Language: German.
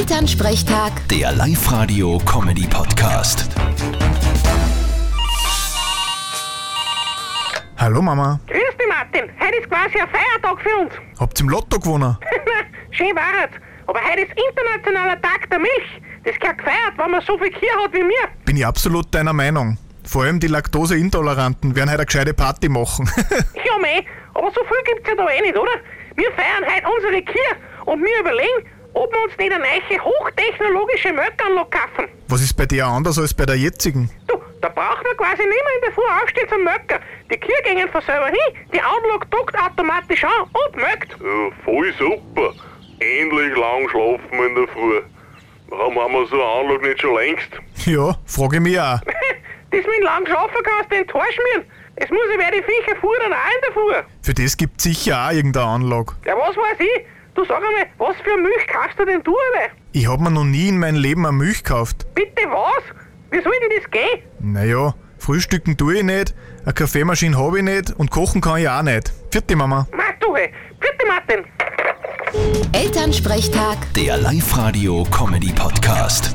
Elternsprechtag, Der Live-Radio-Comedy-Podcast. Hallo Mama, Grüß dich, Martin. Heute ist quasi ein Feiertag für uns. habt ihr im Lotto gewonnen? Schön war's. Aber heute ist internationaler Tag der Milch. Das gehört gefeiert, wenn man so viel Kühe hat wie mir. Bin ich absolut deiner Meinung. Vor allem die Laktoseintoleranten werden heute eine gescheite Party machen. Ja, mei. Aber so viel gibt's ja da eh nicht, oder? Wir feiern heute unsere Kühe und wir überlegen, ob wir uns nicht eine neue hochtechnologische Milchanlage kaufen. Was ist bei der anders als bei der jetzigen? Du, da braucht man quasi nicht mehr in der Früh aufstehen zum Möcker. Die Kühe gingen von selber hin, die Anlage duckt automatisch an und mögt. Ja, voll super. Endlich lang schlafen wir in der Früh. Warum haben wir so eine Anlage nicht schon längst? Ja, frage ich mich auch. Das mit lang schlafen kannst du den Tor schmieren. Es muss ja wer die Viecher fuhren, auch in der Früh. Für das gibt sicher auch irgendeine Anlage. Ja, was weiß ich? Du sag einmal, was für Milch kaufst du denn du alle? Ich hab mir noch nie in meinem Leben eine Milch gekauft. Bitte was? Wie soll denn das gehen? Naja, frühstücken tue ich nicht, eine Kaffeemaschine hab ich nicht und kochen kann ich auch nicht. Vierte Mama. Mach du, hey. Bitte, Martin. Elternsprechtag. Der Live-Radio-Comedy-Podcast.